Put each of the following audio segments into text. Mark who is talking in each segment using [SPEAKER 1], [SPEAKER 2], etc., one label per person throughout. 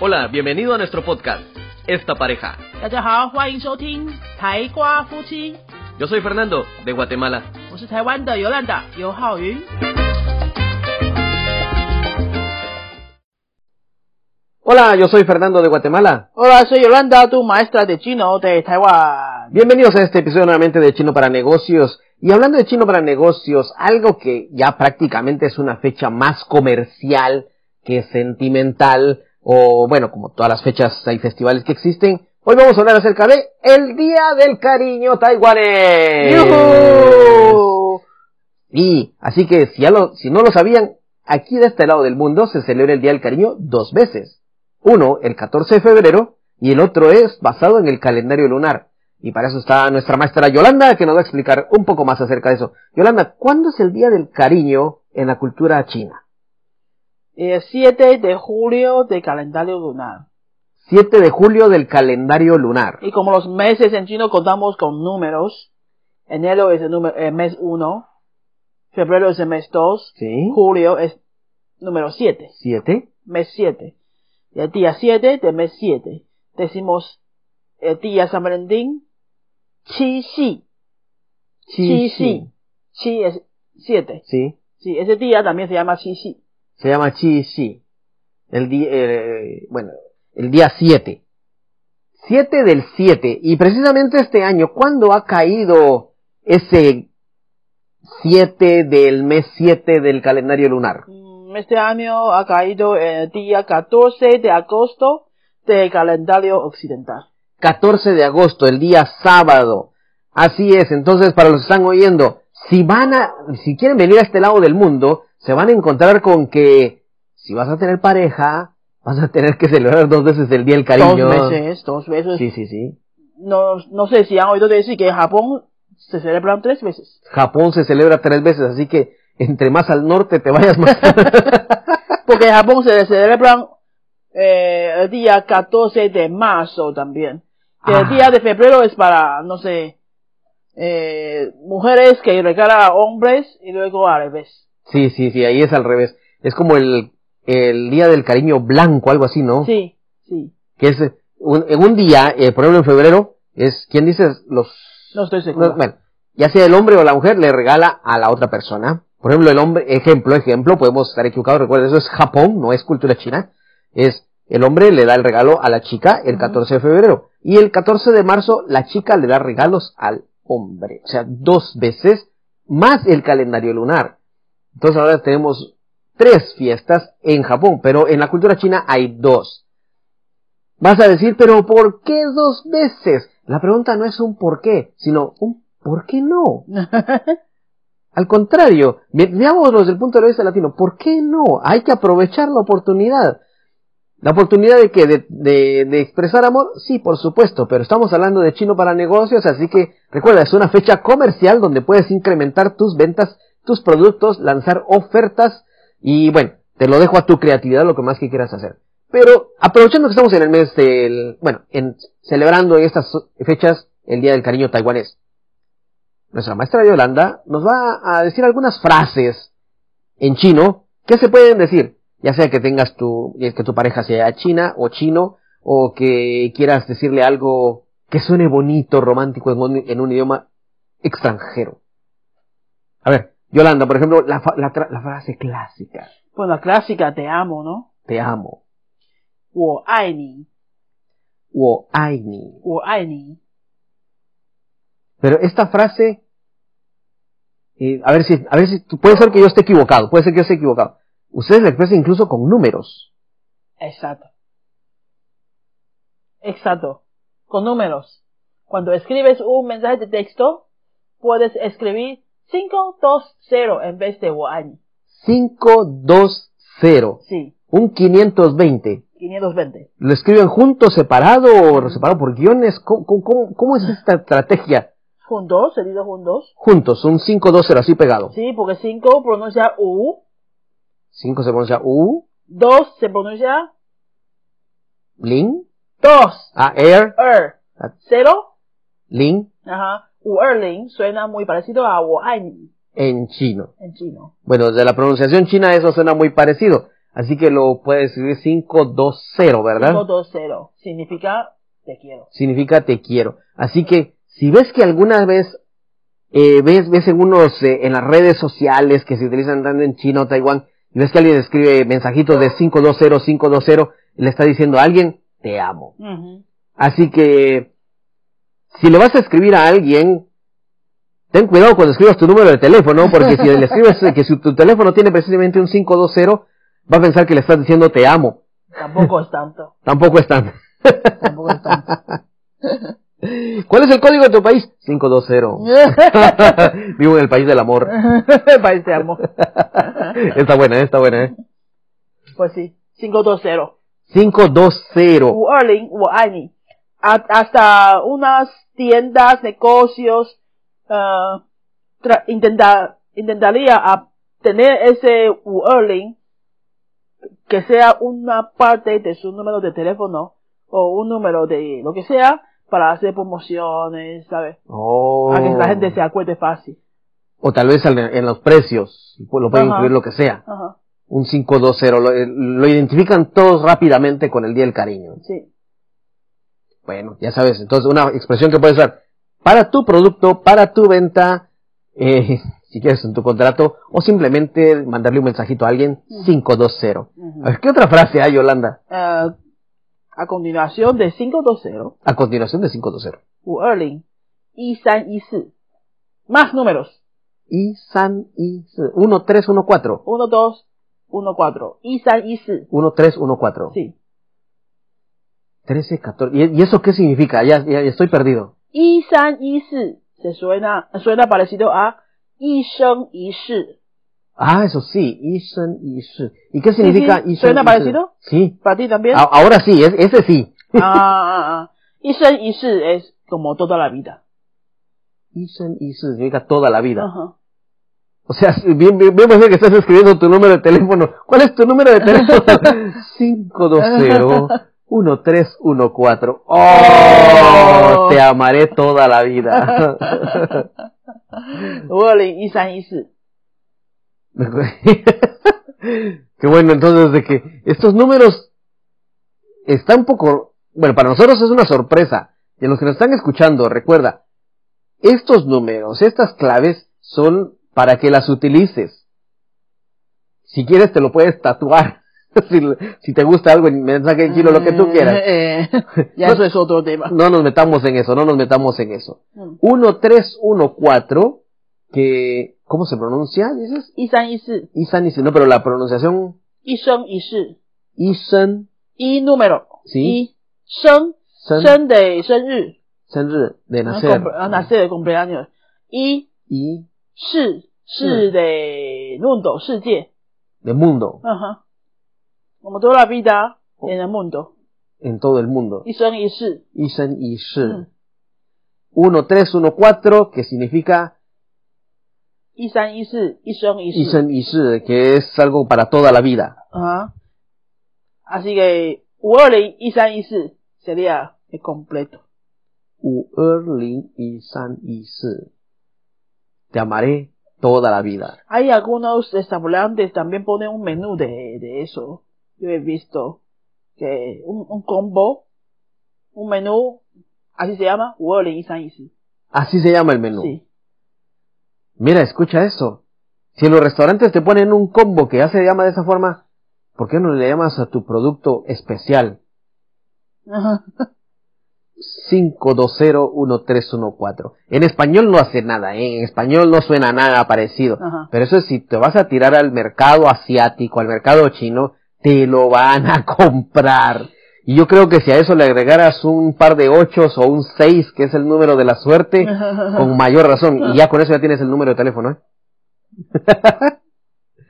[SPEAKER 1] Hola, bienvenido a nuestro podcast, Esta Pareja.
[SPEAKER 2] 大家好，欢迎收听《台瓜夫妻》，
[SPEAKER 1] Yo soy Fernando, de Guatemala.
[SPEAKER 2] 我是台湾的尤兰达尤浩云。
[SPEAKER 1] Hola, yo soy Fernando de Guatemala.
[SPEAKER 2] Hola, soy Yolanda, tu maestra de chino de Taiwán.
[SPEAKER 1] Bienvenidos a este episodio nuevamente de Chino para Negocios. Y hablando de Chino para Negocios, algo que ya prácticamente es una fecha más comercial que sentimental, o bueno, como todas las fechas hay festivales que existen, hoy vamos a hablar acerca de el Día del Cariño Taiwanés.
[SPEAKER 2] ¡Yujú!
[SPEAKER 1] Y así que si, ya lo- si no lo sabían, aquí de este lado del mundo se celebra el Día del Cariño dos veces. Uno el 14 de febrero y el otro es basado en el calendario lunar. Y para eso está nuestra maestra Yolanda que nos va a explicar un poco más acerca de eso. Yolanda, ¿cuándo es el Día del Cariño en la cultura china?
[SPEAKER 2] El 7 de julio del calendario lunar.
[SPEAKER 1] 7 de julio del calendario lunar.
[SPEAKER 2] Y como los meses en chino contamos con números, enero es el, número, el mes 1, febrero es el mes 2,
[SPEAKER 1] ¿Sí?
[SPEAKER 2] julio es número 7,
[SPEAKER 1] 7.
[SPEAKER 2] mes 7. Y el día 7 del mes 7 decimos el día San Valentín, Chi Xi. Chi Xi. Chi es 7.
[SPEAKER 1] Sí.
[SPEAKER 2] Sí, ese día también se llama Chi Xi.
[SPEAKER 1] Se llama Chi Xi. El día, eh, bueno, el día 7. 7 del 7. Y precisamente este año, ¿cuándo ha caído ese 7 del mes 7 del calendario lunar?
[SPEAKER 2] Mm, Este año ha caído el día 14 de agosto del calendario occidental.
[SPEAKER 1] 14 de agosto, el día sábado. Así es, entonces para los que están oyendo, si van a, si quieren venir a este lado del mundo, se van a encontrar con que si vas a tener pareja, vas a tener que celebrar dos veces el día del cariño.
[SPEAKER 2] Dos veces, dos veces.
[SPEAKER 1] Sí, sí, sí.
[SPEAKER 2] No, no sé si han oído decir que en Japón se celebran tres veces.
[SPEAKER 1] Japón se celebra tres veces, así que entre más al norte te vayas más.
[SPEAKER 2] Porque en Japón se celebran eh, el día 14 de marzo también. Que
[SPEAKER 1] Ah.
[SPEAKER 2] El día de febrero es para, no sé, eh, mujeres que regalan a hombres y luego al revés.
[SPEAKER 1] sí, sí, sí, ahí es al revés. Es como el, el día del cariño blanco, algo así, ¿no?
[SPEAKER 2] Sí, sí.
[SPEAKER 1] Que es un, en un día, eh, por ejemplo en febrero, es quien dices los...
[SPEAKER 2] No estoy
[SPEAKER 1] no,
[SPEAKER 2] seguro.
[SPEAKER 1] bueno, ya sea el hombre o la mujer le regala a la otra persona. Por ejemplo, el hombre, ejemplo, ejemplo, podemos estar equivocados, recuerden, eso es Japón, no es cultura china. Es el hombre le da el regalo a la chica el
[SPEAKER 2] Ujú.
[SPEAKER 1] 14 de febrero. Y el 14 de marzo la chica le da regalos al hombre. O sea, dos veces más el calendario lunar. Entonces ahora tenemos tres fiestas en Japón, pero en la cultura china hay dos. Vas a decir, pero ¿por qué dos veces? La pregunta no es un por qué, sino un ¿por qué no? Al contrario, ve- veámoslo desde el punto de vista latino. ¿Por qué no? Hay que aprovechar la oportunidad. ¿La oportunidad de que De, de- de expresar amor? Sí, por supuesto, pero estamos hablando de chino para negocios, así que recuerda, es una fecha comercial donde puedes incrementar tus ventas, tus productos, lanzar ofertas y bueno, te lo dejo a tu creatividad, lo que más que quieras hacer. Pero aprovechando que estamos en el mes del, bueno, en, celebrando en estas fechas el Día del Cariño Taiwanés, nuestra maestra Yolanda nos va a decir algunas frases en chino que se pueden decir, ya sea que tengas tu, que tu pareja sea china o chino, o que quieras decirle algo que suene bonito, romántico en un, en un idioma extranjero. A ver, Yolanda, por ejemplo, la, fa- la, tra- la frase clásica,
[SPEAKER 2] Bueno, la clásica te amo, ¿no?
[SPEAKER 1] te amo,
[SPEAKER 2] 我爱你，
[SPEAKER 1] o aini.
[SPEAKER 2] 我爱你。
[SPEAKER 1] Pero esta frase, eh, a ver si, a ver si, puede ser que yo esté equivocado, puede ser que yo esté equivocado. Ustedes la expresan incluso con números.
[SPEAKER 2] Exacto. Exacto. Con números. Cuando escribes un mensaje de texto, puedes escribir 520 en vez de 我爱你。
[SPEAKER 1] 520.
[SPEAKER 2] Sí,
[SPEAKER 1] Un 520.
[SPEAKER 2] 520.
[SPEAKER 1] ¿Lo escriben juntos, separado o separado por guiones? ¿Cómo, cómo- cómo- cómo es esta estrategia?
[SPEAKER 2] Juntos, se dice juntos.
[SPEAKER 1] Juntos, un 520 así pegado.
[SPEAKER 2] Sí, porque 5 pronuncia U,
[SPEAKER 1] 5 se pronuncia U,
[SPEAKER 2] 2 se pronuncia
[SPEAKER 1] Lin,
[SPEAKER 2] 2,
[SPEAKER 1] A, er, Air,
[SPEAKER 2] 2, 0.
[SPEAKER 1] Lin
[SPEAKER 2] Er, Ajá. 520 suena muy parecido a 我爱你
[SPEAKER 1] en chino.
[SPEAKER 2] en chino.
[SPEAKER 1] Bueno, desde la pronunciación china eso suena muy parecido. Así que lo puede escribir 520, ¿verdad?
[SPEAKER 2] 520 significa te quiero.
[SPEAKER 1] Significa te quiero. Así que si ves que alguna vez eh, ves, ves en unos, eh, en las redes sociales que se utilizan tanto en China o Taiwán, y ves que alguien escribe mensajitos de 520, 520, le está diciendo a alguien, te amo.
[SPEAKER 2] Ujú.
[SPEAKER 1] Así que, si le vas a escribir a alguien, ten cuidado cuando escribas tu número de teléfono, porque si le escribes que si tu teléfono tiene precisamente un 520, va a pensar que le estás diciendo te amo.
[SPEAKER 2] Tampoco es tanto.
[SPEAKER 1] Tampoco es tan.
[SPEAKER 2] Tampoco es tanto.
[SPEAKER 1] ¿Cuál es el código de tu país? 520. Vivo en el país del amor.
[SPEAKER 2] País te amo.
[SPEAKER 1] Está buena, está buena, ¿eh?
[SPEAKER 2] Pues sí, 520.
[SPEAKER 1] 520.
[SPEAKER 2] 520,我爱你。A- Hasta unas tiendas, negocios, ah, tra- intenta- intentaría a tener ese 520 que sea una parte de su número de teléfono o un número de lo que sea para hacer promociones, ¿sabes?
[SPEAKER 1] Oh.
[SPEAKER 2] Para que la gente se acuerde fácil.
[SPEAKER 1] O tal vez al- en los precios. pues, Lo pueden
[SPEAKER 2] Ajá.
[SPEAKER 1] incluir lo que sea.
[SPEAKER 2] Ajá,
[SPEAKER 1] Un 520. Lo, eh, lo identifican todos rápidamente con el Día del Cariño.
[SPEAKER 2] sí.
[SPEAKER 1] Bueno, ya sabes, entonces una expresión que puedes usar para tu producto, para tu venta, eh, si quieres en tu contrato, o simplemente mandarle un mensajito a alguien, 520.
[SPEAKER 2] Ujú.
[SPEAKER 1] A ver, ¿qué otra frase hay, Yolanda?
[SPEAKER 2] Ah, a continuación de 520.
[SPEAKER 1] A continuación de 520.
[SPEAKER 2] 五二零一三一四，más números
[SPEAKER 1] Y san y 1314.
[SPEAKER 2] uno dos uno cuatro 一三一四
[SPEAKER 1] 1314.
[SPEAKER 2] sí
[SPEAKER 1] 13, 14. ¿Y, y eso qué significa? Ya, ya, ya estoy perdido.
[SPEAKER 2] 一三一四 se suena suena parecido a 一生一世
[SPEAKER 1] Ah, eso sí. Y san y shi. ¿Y qué significa
[SPEAKER 2] sí,
[SPEAKER 1] y
[SPEAKER 2] ¿suena
[SPEAKER 1] san y shi?
[SPEAKER 2] parecido?
[SPEAKER 1] Sí.
[SPEAKER 2] para ti también
[SPEAKER 1] A- ahora sí, es- ese sí.
[SPEAKER 2] ah ah, ah. 一生一世 es como toda la vida
[SPEAKER 1] Y san y shi significa toda la vida.
[SPEAKER 2] Ajá.
[SPEAKER 1] O sea, bien, bien, bien puede ser que estás escribiendo tu número de teléfono. ¿Cuál es tu número de teléfono? 520-1314. ¡Oh! Te amaré toda la vida.
[SPEAKER 2] 五二零一三一四
[SPEAKER 1] Qué bueno, entonces, de que estos números están un poco... Bueno, para nosotros es una sorpresa. Y a los que nos están escuchando, recuerda, estos números, estas claves son para que las utilices. Si quieres, te lo puedes tatuar. si, si te gusta algo en mensaje en chino, lo que tú quieras.
[SPEAKER 2] Eh, eh, ya eso es otro tema
[SPEAKER 1] No nos metamos en eso, no nos metamos en eso.
[SPEAKER 2] Mm.
[SPEAKER 1] 1314, que... ¿Cómo se pronuncia? Dices...
[SPEAKER 2] 一三一四
[SPEAKER 1] Isan y si no, pero la pronunciación
[SPEAKER 2] 一生一世
[SPEAKER 1] Isan,
[SPEAKER 2] 一 número
[SPEAKER 1] Sí
[SPEAKER 2] 一生
[SPEAKER 1] San,
[SPEAKER 2] 生的生日
[SPEAKER 1] Sanri, de
[SPEAKER 2] Ah,
[SPEAKER 1] nacer.
[SPEAKER 2] cumple- ah, nacer, cumpleaños. Y
[SPEAKER 1] Y
[SPEAKER 2] 是是 de mundo 世界。
[SPEAKER 1] de mundo,
[SPEAKER 2] 嗯哼，我们 toda la vida en el mundo，
[SPEAKER 1] en todo el mundo.
[SPEAKER 2] 一生一世。
[SPEAKER 1] Isan y Shi.
[SPEAKER 2] Mm.
[SPEAKER 1] 1314, que significa
[SPEAKER 2] 一三一四，一生一世。
[SPEAKER 1] Isan y Shi, que es algo para toda la vida.
[SPEAKER 2] 啊，así que 五二零一三一四 sería el completo。
[SPEAKER 1] Uerlin Isan Er, y Shi. Te amaré toda la vida.
[SPEAKER 2] Hay algunos restaurantes también ponen un menú de, de eso. Yo he visto que un, un combo, un menú, así se llama, 五二零一三一四。
[SPEAKER 1] Así se llama el menú.
[SPEAKER 2] Sí.
[SPEAKER 1] Mira, escucha eso. Si en los restaurantes te ponen un combo que ya se llama de esa forma, ¿por qué no le llamas a tu producto especial?
[SPEAKER 2] 嗯
[SPEAKER 1] 5201314. En español no hace nada, ¿eh? en español no suena nada parecido.
[SPEAKER 2] Ajá.
[SPEAKER 1] Pero eso es si te vas a tirar al mercado asiático, al mercado chino, te lo van a comprar. Y yo creo que si a eso le agregaras un par de ochos o un seis, que es el número de la suerte, con mayor razón. Y ya con eso ya tienes el número de teléfono, ¿eh?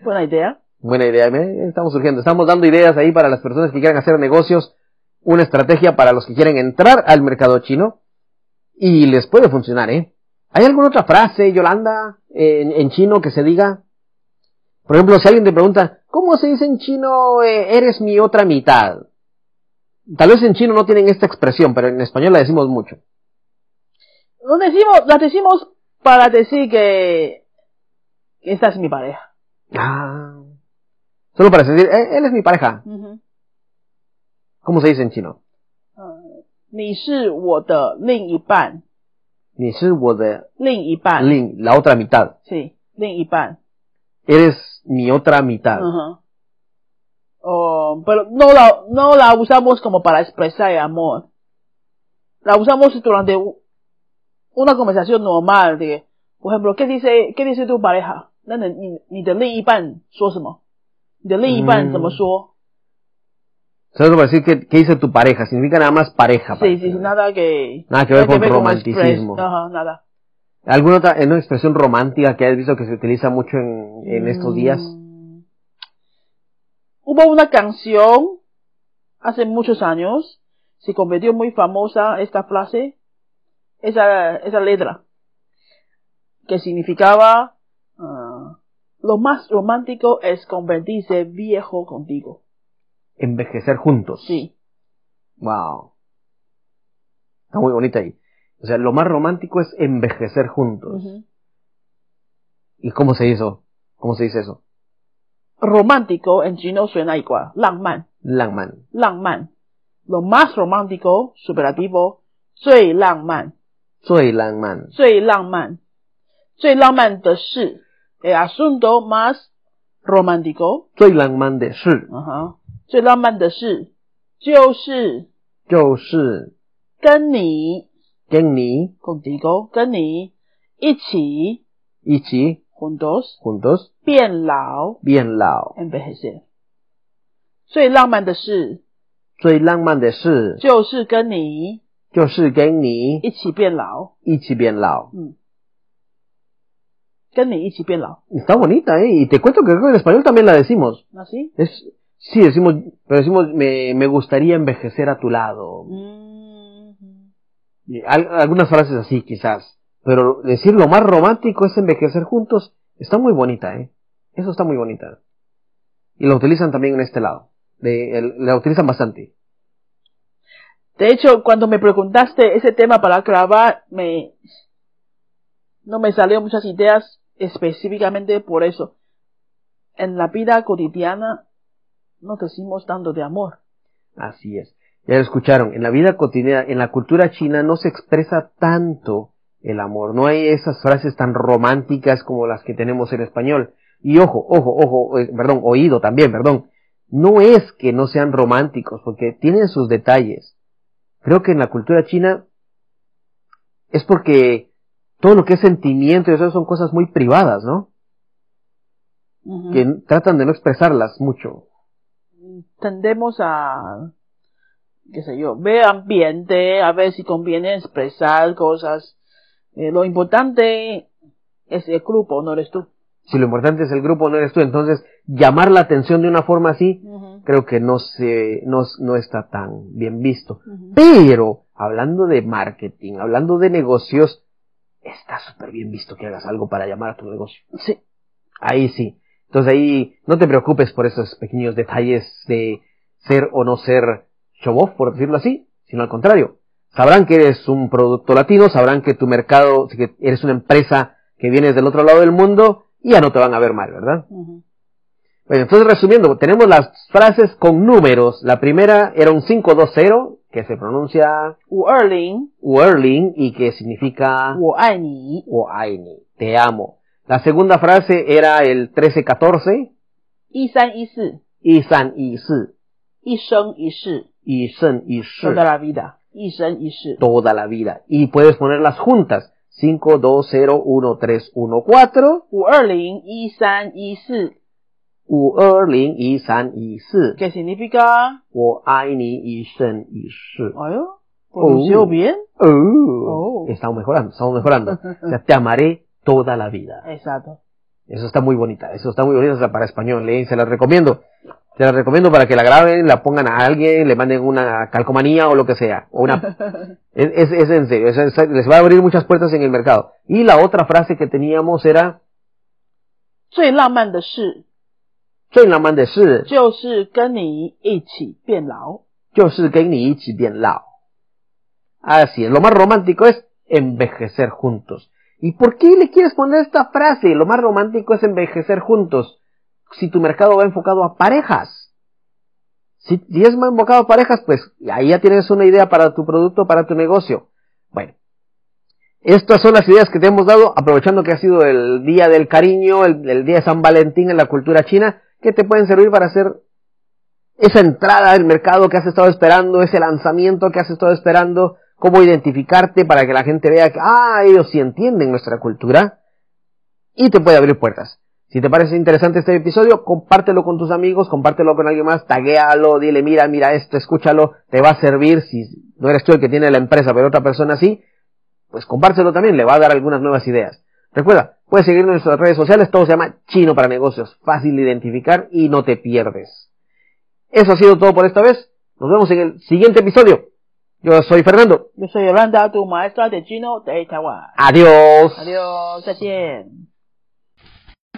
[SPEAKER 2] Buena idea.
[SPEAKER 1] Buena idea, ¿eh? estamos surgiendo, estamos dando ideas ahí para las personas que quieran hacer negocios, una estrategia para los que quieren entrar al mercado chino y les puede funcionar, ¿eh? ¿Hay alguna otra frase, Yolanda, en, en chino que se diga? Por ejemplo, si alguien te pregunta, ¿cómo se dice en chino eh, eres mi otra mitad? Tal vez en chino no tienen esta expresión, pero en español la decimos mucho.
[SPEAKER 2] Lo decimos, las decimos para decir que que esta es mi pareja.
[SPEAKER 1] Ah, Solo para decir, "Eh, él es mi pareja.
[SPEAKER 2] 嗯哼，
[SPEAKER 1] ¿Cómo se dice en chino?
[SPEAKER 2] 嗯，你是我的另一半，
[SPEAKER 1] Ni shi wo de
[SPEAKER 2] 另一半，
[SPEAKER 1] lin- la otra mitad.
[SPEAKER 2] 是另一半。
[SPEAKER 1] Eres mi otra mitad.
[SPEAKER 2] Uh -huh. Oh, pero no la, no la usamos como para expresar el amor. La usamos durante u- una conversación normal de, por ejemplo, ¿qué dice, qué dice tu pareja? 那你你你的另一半说什么？你的另一
[SPEAKER 1] Mm.
[SPEAKER 2] 半怎么说？
[SPEAKER 1] Solo para decir que, que dice tu pareja. Significa nada más pareja.
[SPEAKER 2] sí,
[SPEAKER 1] parece,
[SPEAKER 2] sí, sí,
[SPEAKER 1] ¿verdad?
[SPEAKER 2] nada que
[SPEAKER 1] Nada que ver con
[SPEAKER 2] express-
[SPEAKER 1] romanticismo.
[SPEAKER 2] Ajá, nada.
[SPEAKER 1] ¿Alguna otra en una expresión romántica que hayas visto que se utiliza mucho en, en estos días?
[SPEAKER 2] Mm. Hubo una canción hace muchos años, se convirtió muy famosa esta frase, esa, esa letra, que significaba, ah, lo más romántico es convertirse viejo contigo.
[SPEAKER 1] Envejecer juntos.
[SPEAKER 2] Sí,
[SPEAKER 1] Wow. Está muy bonita ahí. O sea, lo más romántico es envejecer juntos.
[SPEAKER 2] ujú.
[SPEAKER 1] ¿Y cómo se hizo? ¿Cómo se dice eso?
[SPEAKER 2] romántico en chino suena igual, man.
[SPEAKER 1] Langman.
[SPEAKER 2] 浪漫，lo más romántico superlativo 最浪漫，
[SPEAKER 1] Soy Langman.
[SPEAKER 2] 最浪漫，最浪漫的事，el asunto más romántico，
[SPEAKER 1] Soy Langman de Shi.
[SPEAKER 2] 嗯哼，最浪漫的事就是
[SPEAKER 1] Yo Shi.
[SPEAKER 2] 跟你
[SPEAKER 1] Ken Ni.
[SPEAKER 2] contigo 跟你一起
[SPEAKER 1] Ichi.
[SPEAKER 2] juntos
[SPEAKER 1] Juntos.
[SPEAKER 2] 变老
[SPEAKER 1] Bien Lao.
[SPEAKER 2] envejecer。最浪漫的事
[SPEAKER 1] Soy Langman de Shi.
[SPEAKER 2] 就是跟你
[SPEAKER 1] Yo Shi Ken Ni.
[SPEAKER 2] 一起变老，
[SPEAKER 1] Ichi Bien Lao.
[SPEAKER 2] 嗯，跟你一起变老。
[SPEAKER 1] Está bonita, ¿eh? Y te cuento que creo que en español también la decimos.
[SPEAKER 2] ¿Así?
[SPEAKER 1] Es, sí, decimos, pero decimos, me, me gustaría envejecer a tu lado.
[SPEAKER 2] 嗯
[SPEAKER 1] Y al- algunas frases así quizás, pero decir lo más romántico es envejecer juntos, está muy bonita, ¿eh? Eso está muy bonita. Y lo utilizan también en este lado, de, el- la utilizan bastante.
[SPEAKER 2] De hecho, cuando me preguntaste ese tema para grabar, me no me salieron muchas ideas específicamente por eso. En la vida cotidiana no decimos tanto de amor.
[SPEAKER 1] Así es. Ya lo escucharon, en la vida cotidiana, en la cultura china no se expresa tanto el amor, no hay esas frases tan románticas como las que tenemos en español. Y ojo, ojo, ojo, eh, perdón, oído también, perdón. No es que no sean románticos, porque tienen sus detalles. Creo que en la cultura china es porque todo lo que es sentimiento y eso son cosas muy privadas, ¿no? Que n- tratan de no expresarlas mucho.
[SPEAKER 2] Tendemos a, qué sé yo, ver ambiente, a ver si conviene expresar cosas. Eh, lo importante es el grupo, no eres tú.
[SPEAKER 1] Si lo importante es el grupo, no eres tú, entonces llamar la atención de una forma así creo que no se no, no está tan bien visto. Pero hablando de marketing, hablando de negocios, está súper bien visto que hagas algo para llamar a tu negocio.
[SPEAKER 2] Sí.
[SPEAKER 1] Ahí sí. Entonces ahí no te preocupes por esos pequeños detalles de ser o no ser show-off, por decirlo así, sino al contrario. Sabrán que eres un producto latino, sabrán que tu mercado, que eres una empresa que vienes del otro lado del mundo y ya no te van a ver mal, ¿verdad?
[SPEAKER 2] Ujú.
[SPEAKER 1] Bueno, entonces resumiendo, tenemos las frases con números. La primera era un 520, que se pronuncia
[SPEAKER 2] 五二零，
[SPEAKER 1] Whirling y que significa
[SPEAKER 2] 我爱你。
[SPEAKER 1] Waini, te amo. La segunda frase era el 1314,
[SPEAKER 2] 一三一四，
[SPEAKER 1] y san y si,
[SPEAKER 2] 一生一世
[SPEAKER 1] y sen y shi,
[SPEAKER 2] toda la vida，一生一世。
[SPEAKER 1] toda la vida. Y puedes ponerlas juntas, 52013114,
[SPEAKER 2] 五二零一三
[SPEAKER 1] Whirling y san y
[SPEAKER 2] 一四
[SPEAKER 1] si,
[SPEAKER 2] ，que significa，
[SPEAKER 1] Waini y sen y shi.
[SPEAKER 2] 哎呦，pronunció bien。
[SPEAKER 1] Oh,
[SPEAKER 2] Oh.
[SPEAKER 1] Estamos mejorando, estamos mejorando. O sea, te amaré toda la
[SPEAKER 2] 哎
[SPEAKER 1] vida.
[SPEAKER 2] Exacto.
[SPEAKER 1] Eso está muy bonita, eso está muy bonita o sea, para español, ¿eh? se la recomiendo. Se la recomiendo para que la graben, la pongan a alguien, le manden una calcomanía o lo que sea. O una... es, es, es en serio, es- es- les va a abrir muchas puertas en el mercado. Y la otra frase que teníamos era,
[SPEAKER 2] 最浪漫的事
[SPEAKER 1] soy la man de shi,
[SPEAKER 2] 就是跟你一起变老。
[SPEAKER 1] yo shi gen ni ichi bien lao. Así es, lo más romántico es envejecer juntos. ¿Y por qué le quieres poner esta frase? Lo más romántico es envejecer juntos. si tu mercado va enfocado a parejas. Si, si es más enfocado a parejas, pues ahí ya tienes una idea para tu producto, para tu negocio. Bueno, estas son las ideas que te hemos dado, aprovechando que ha sido el día del cariño, el, el día de San Valentín en la cultura china, que te pueden servir para hacer esa entrada al mercado que has estado esperando, ese lanzamiento que has estado esperando, cómo identificarte para que la gente vea que, ah, ellos sí entienden nuestra cultura y te puede abrir puertas. Si te parece interesante este episodio, compártelo con tus amigos, compártelo con alguien más, taguéalo, dile, mira, mira esto, escúchalo, te va a servir si no eres tú el que tiene la empresa, pero otra persona sí, pues compártelo también, le va a dar algunas nuevas ideas. Recuerda, puedes seguirnos en nuestras redes sociales, todo se llama Chino para Negocios, fácil de identificar y no te pierdes. Eso ha sido todo por esta vez, nos vemos en el siguiente episodio. Yo soy Fernando.
[SPEAKER 2] Yo soy Yolanda, tu maestra de chino de Taiwán.
[SPEAKER 1] Adiós.
[SPEAKER 2] Adiós, 再见。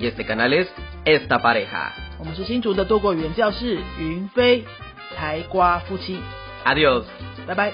[SPEAKER 3] y este canal es Esta Pareja.
[SPEAKER 2] 我们是新竹的多国语言教室云飞台瓜夫妻，
[SPEAKER 3] Adiós.
[SPEAKER 2] 拜拜。